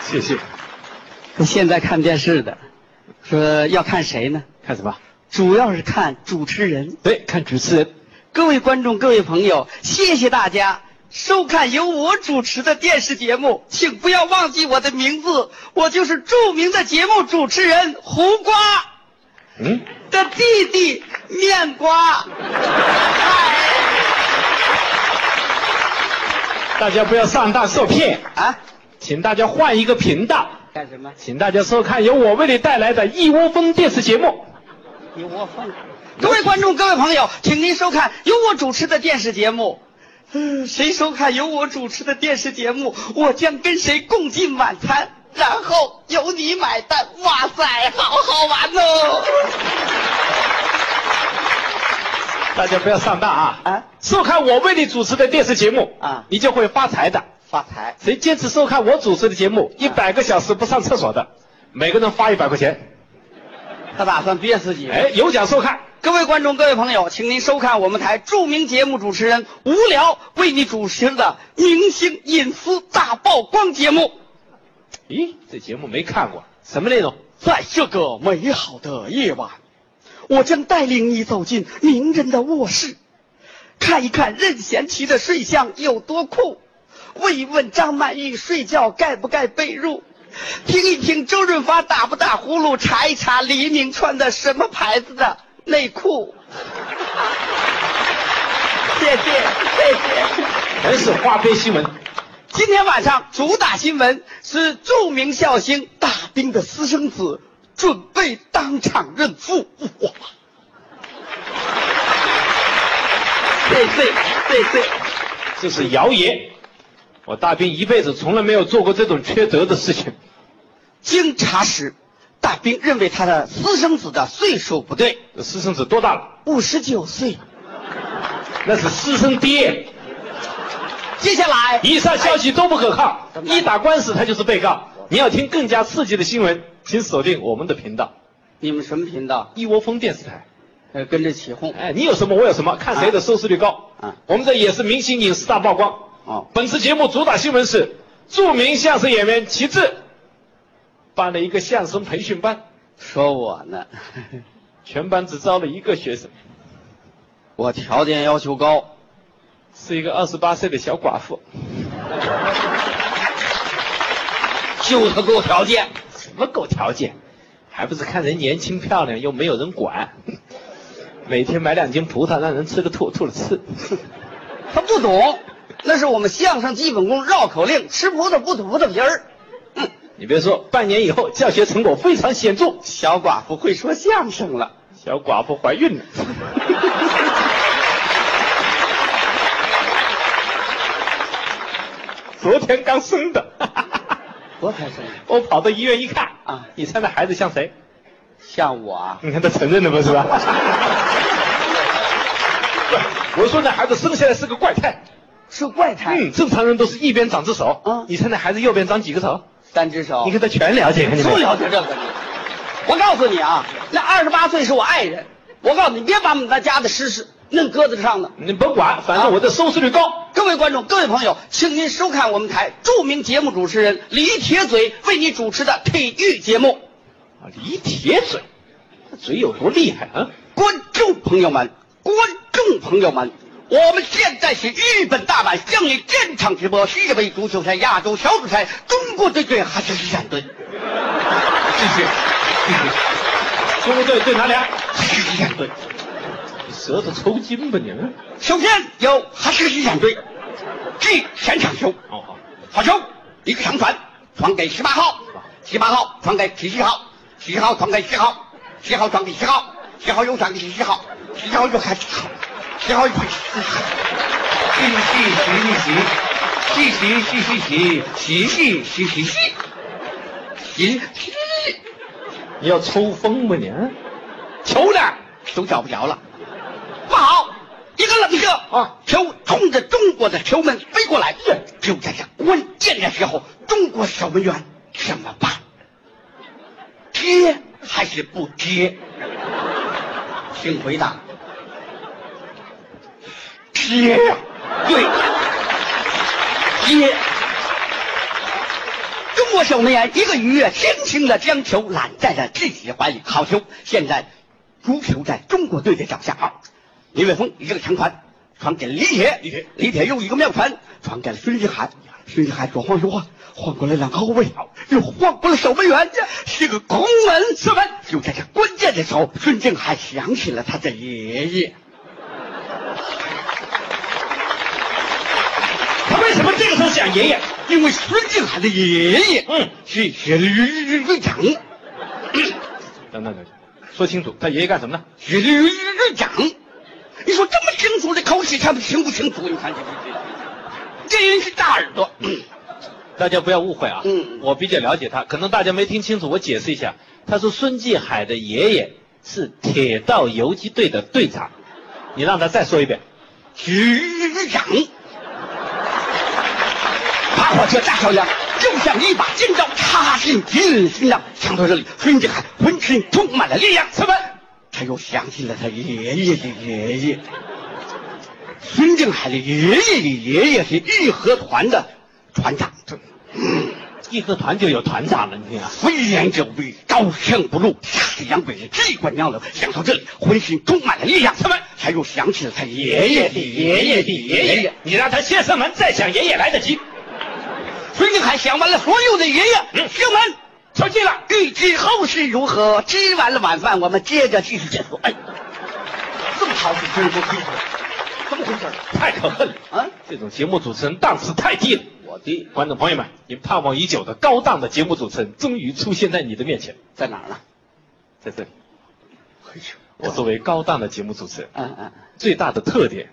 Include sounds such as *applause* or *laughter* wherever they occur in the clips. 谢谢。现在看电视的，说要看谁呢？看什么？主要是看主持人。对，看主持人。各位观众，各位朋友，谢谢大家收看由我主持的电视节目，请不要忘记我的名字，我就是著名的节目主持人胡瓜嗯，的弟弟面瓜。 *laughs* 哎大家不要上当受骗，啊？请大家换一个频道，干什么？请大家收看由我为你带来的一窝蜂电视节目。你窝蜂！各位观众，各位朋友，请您收看由我主持的电视节目。嗯，谁收看由我主持的电视节目，我将跟谁共进晚餐，然后由你买单。哇塞，好好玩哦！大家不要上当啊！啊收看我为你主持的电视节目啊你就会发财的。发财，谁坚持收看我主持的节目啊一百个小时不上厕所的，每个人发一百块钱。他打算憋死你。哎，有奖收看。各位观众，各位朋友，请您收看我们台著名节目主持人吴聊为你主持的《明星隐私大曝光》节目。咦，这节目没看过，什么内容？在这个美好的夜晚，我将带领你走进名人的卧室，看一看任贤齐的睡相有多酷，问一问张曼玉睡觉盖不盖被褥，听一听周润发打不打呼噜，查一查黎明穿的什么牌子的内裤。谢谢，谢谢。全是花边新闻。今天晚上主打新闻是著名笑星大兵的私生子准备当场认父。哇！对对对对，这是谣言。我大兵一辈子从来没有做过这种缺德的事情。经查实，大兵认为他的私生子的岁数不对，私生子多大了？五十九岁。那是私生爹。接下来，哎以上消息都不可靠，一打官司他就是被告。你要听更加刺激的新闻，请锁定我们的频道你们什么频道？——一窝蜂电视台。呃，跟着起哄。哎，你有什么，我有什么，看谁的收视率高。啊我们这也是明星影视大曝光。哦本次节目主打新闻是著名相声演员齐志办了一个相声培训班，说我呢， *laughs* 全班只招了一个学生，我条件要求高，是一个二十八岁的小寡妇。就他够条件。什么狗条件？还不是看人年轻漂亮，又没有人管。每天买两斤葡萄，让人吃个吐，吐了吃。他不懂，那是我们相声基本功绕口令，吃葡萄不吐葡萄皮儿。哼你别说，半年以后教学成果非常显著，小寡妇会说相声了。小寡妇怀孕了。 *laughs* 昨天刚生的， *laughs* 多开心啊！我跑到医院一看，啊你猜那孩子像谁？像我啊， *laughs* 你看他承认了吧，是吧？不是 *laughs* 我说那孩子生下来是个怪胎，是怪胎，嗯，啊正常人都是一边长只手，嗯你猜那孩子右边长几个头？三只手。你看他全哦了解，看见没不了解这个你。我告诉你啊，那二十八岁是我爱人。我告诉你，别把我们大家的诗诗弄鸽子上了。你甭管，反正我的收视率高。各位观众，各位朋友，请您收看我们台著名节目主持人李铁嘴为你主持的体育节目。啊李铁嘴，这嘴有多厉害啊？观众朋友们，观众朋友们，我们现在是日本大阪向你现场直播世界杯足球赛亚洲小组赛，中国队对哈士奇战队，谢谢，中国队对哪俩？哈士奇战队。你舌头抽筋吧你？啊首先由哈士奇战队进前场球，哦好，好球，一个长传传给十八号，十八号传给十七号，十七号传给十号，十号传给十号，十号又传给十七号，十号又传给十号又传给十号。细细细细细细细细细细细细细细细，咦，你要抽风吧你？啊球呢都找不着了，不好，一个冷射啊球冲着中国的球门飞过来，就在这关键的时候，中国守门员怎么办？接还是不接？请回答。接呀，对，接。中国郭守门员一个鱼跃，轻轻的将球揽在了自己怀里。好球！现在足球在中国队的脚下啊！李玮峰一个长传传给了李铁，李铁李铁又一个妙传传给了孙一涵，孙一涵左晃右晃，晃过来两个后卫，又晃过了守门员，这是个空门射门。就在这关键的时候，孙静还想起了他的爷爷。他为什么这个时候想爷爷？因为孙静涵的爷爷，嗯是铁路队长，等等等等，说清楚，他爷爷干什么呢？铁路队长。你说这么清楚的口齿，他们听不清楚？你看这这这，这人是大耳朵。大家不要误会啊，嗯我比较了解他，可能大家没听清楚，我解释一下，他是孙继海的爷爷，是铁道游击队的队长。你让他再说一遍，局长，大火车大桥梁就像一把尖刀插进敌人的心脏。想到这里，孙志海浑身充满了力量。什么？他又想起了他爷爷的爷爷。孙静海的爷爷的爷爷是义和团的船长，嗯义和团就有团长了，你听啊，飞檐走壁，刀枪不入，杀死杨伟人，机关尿流。想到这里，浑身充满了力量。什么？他又想起了他爷爷的爷爷的爷爷。你让他先上完再想爷爷来得及。孙定海想完了所有的爷爷，嗯听完球进了。预知后事如何？吃完了晚饭，我们接着继续解说。哎，这么好的真不亏，怎么回事儿？太可恨了啊这种节目主持人档次太低了。我的观众朋友们，你们盼望已久的高档的节目主持人终于出现在你的面前，在哪儿呢？在这里，哎呦，我作为高档的节目主持人，嗯嗯，最大的特点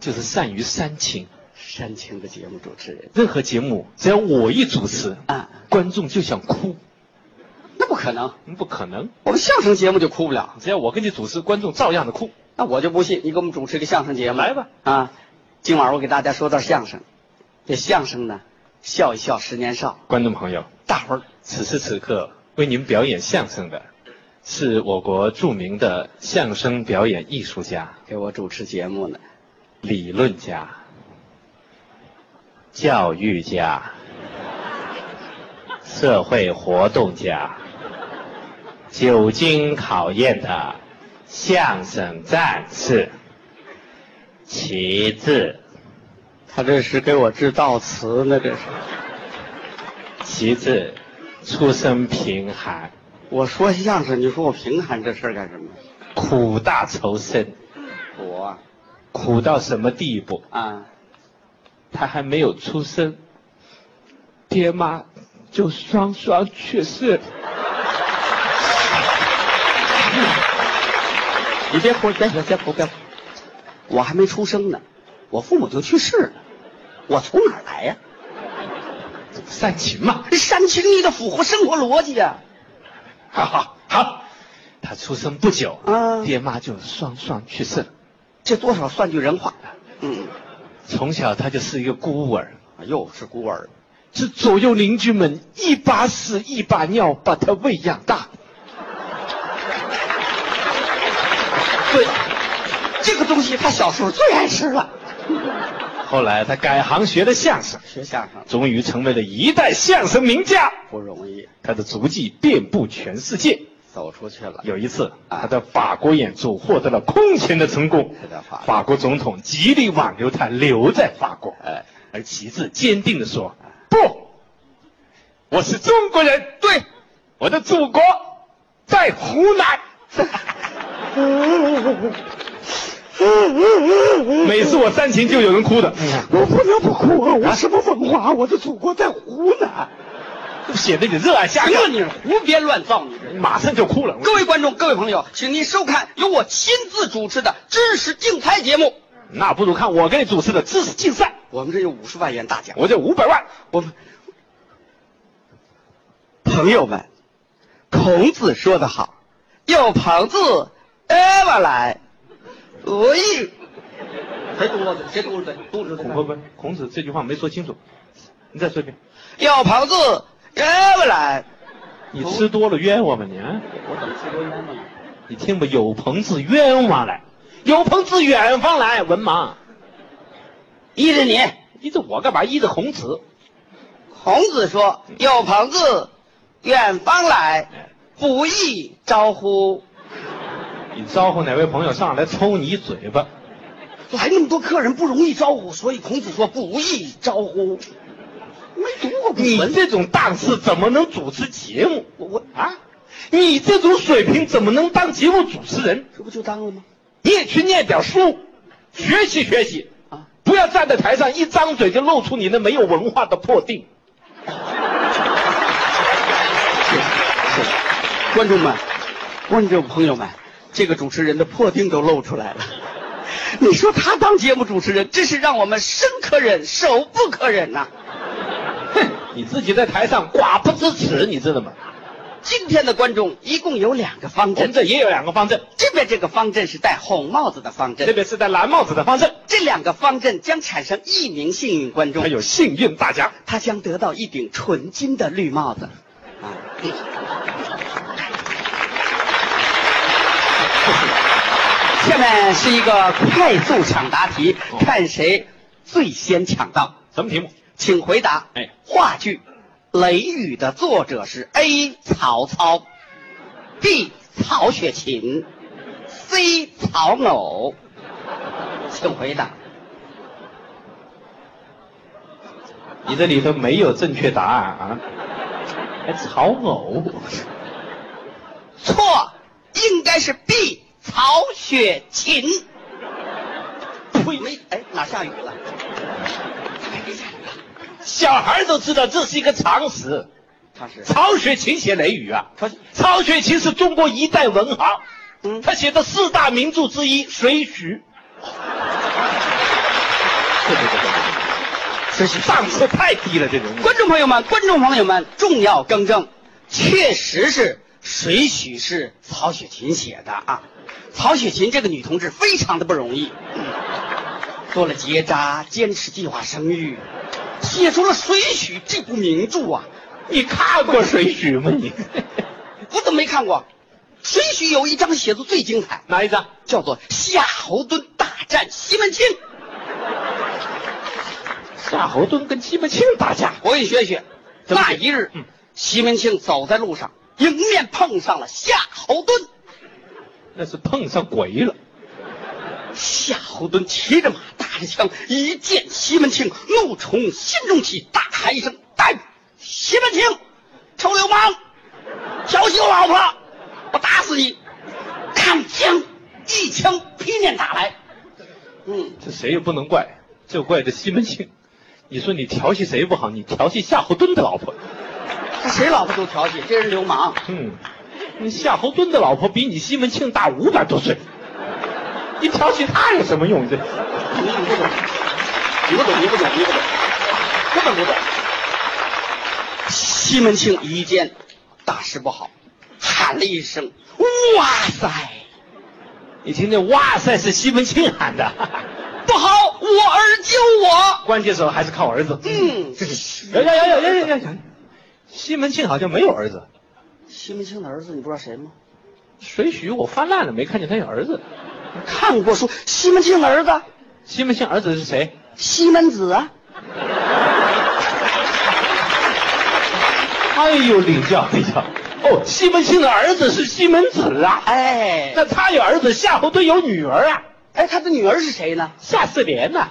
就是善于煽情。煽情的节目主持人，任何节目只要我一主持，啊观众就想哭，嗯那不可能，不可能。我们相声节目就哭不了。只要我跟你主持，观众照样的哭。那我就不信，你给我们主持个相声节目来吧。啊，今晚我给大家说段相声，这相声呢，笑一笑十年少，观众朋友，大伙儿此时此刻为您表演相声的，是我国著名的相声表演艺术家、给我主持节目呢。理论家、教育家、社会活动家，久经考验的相声战士，旗帜。他这是给我制造词呢，这是。其次，出身贫寒，我说相声，你说我贫寒这事儿干什么？苦大仇深，我苦到什么地步？啊，他还没有出生，爹妈就双双去世。你别哭，别哭，别哭，别哭。我还没出生呢，我父母就去世了，我从哪儿来呀、煽情嘛，煽情你得符合生活逻辑呀、好好好。他出生不久，嗯爹妈就双双去世了。这多少算句人话。嗯，从小他就是一个孤儿，啊又是孤儿，是左右邻居们一把屎一把尿把他喂养大。对，这个东西他小时候最爱吃了。后来他改行学了相声，学相声终于成为了一代相声名家。不容易，他的足迹遍布全世界。走出去了。有一次，啊他在法国演出获得了空前的成功是的法，国法国总统极力挽留他留在法国，哎，而旗帜坚定地说：“不，我是中国人，对，我的祖国在湖 *laughs* 南。”每次我煽情就有人哭的，我不能不哭啊！我什么文化？我的祖国在湖南。显得你热爱下行了，乡，你胡编乱造，你这。马上就哭了。各位观众，各位朋友，请您收看由我亲自主持的知识竞猜节目。那不如看我给你主持的知识竞赛，我们这有五十万元大奖。我这五百万。我们朋友们，孔子说得好：“有朋自埃我来，我亦。”谁嘟噜的？谁嘟噜的？嘟噜孔不不，孔子这句话没说清楚，你再说一遍。有朋自埃我来。你吃多了冤枉吧你啊！我怎么吃多冤枉了？你听吧，有朋自远方来，有朋自远方来，文盲，依着你，依着我干嘛？依着孔子，孔子说：“有朋自远方来，不亦招乎你招呼哪位朋友上来抽你一嘴巴？”来那么多客人不容易招呼，所以孔子说：“不亦招乎。”没读过古你文，这种档次怎么能主持节目我我啊？你这种水平怎么能当节目主持人？这不就当了吗？你也去念点书，学习学习，啊，不要站在台上一张嘴就露出你那没有文化的破腚。观众们，观众朋友们，这个主持人的破腚都露出来了。你说他当节目主持人，真是让我们深可忍，手不可忍呐、哼，你自己在台上寡不知耻，你知道吗？今天的观众一共有两个方我们阵，这也有两个方阵，这边这个方阵是戴红帽子的方特阵，别是戴蓝帽子的方阵，这两个方阵将产生一名幸运观众还，有幸运大奖。他将得到一顶纯金的绿帽子。啊， *laughs* 下面是一个快速抢答题，看谁最先抢到，什么题目？请回答。哎，话剧《雷雨》的作者是 A. 曹操，B. 曹雪芹，C. 曹某，请回答。你这里头没有正确答案啊？还曹偶？错，应该是 B. 曹雪芹。呸！没，哎，哪下雨了？小孩都知道这是一个常识。常识。曹雪芹写《雷雨》啊，可是曹雪芹是中国一代文豪，嗯他写的四大名著之一《水浒》， *laughs* 这是档次太低了，这种观众朋友们，观众朋友们，重要更正，确实是《水浒》是曹雪芹写的啊。曹雪芹这个女同志非常的不容易，嗯做了结扎，坚持计划生育，写出了《水浒》这部名著啊。你看过《水浒》吗？ *laughs* 你我怎么没看过？《水浒》有一章写的最精彩，哪一张？叫做夏侯惇大战西门庆。夏侯惇跟西门庆打架，我给你学一学。怎么那学一日，嗯西门庆走在路上，迎面碰上了夏侯惇。那是碰上鬼了。夏侯惇骑着马，搭着枪，一见西门庆，怒从心中起，大喊一声：“带西门庆，臭流氓，调戏我老婆，我打死你！”看枪，一枪劈面打来。嗯，这谁也不能怪，就怪这西门庆。你说你调戏谁不好？你调戏夏侯惇的老婆。他谁老婆都调戏，这人流氓。嗯，那夏侯惇的老婆比你西门庆大五百多岁，你调戏她有什么用？这你你不懂，你不懂，你不懂，你不懂，根本不懂。西门庆一见大事不好，喊了一声：“哇塞，你听见？哇塞，是西门庆喊的，不好！我儿救我关键时候还是靠儿子！”。 *laughs* 嗯，呀呀呀呀呀呀呀！西门庆好像没有儿子，西门庆的儿子你不知道谁吗？ 《水浒》我翻烂了，没看见他有儿子。看过书，西门庆的儿子西门庆儿子是谁？西门子啊，哎呦，领教领教！哦，西门庆的儿子是西门子啊。哎，那他有儿子，夏侯惇有女儿啊，哎，他的女儿是谁呢？夏四莲呐、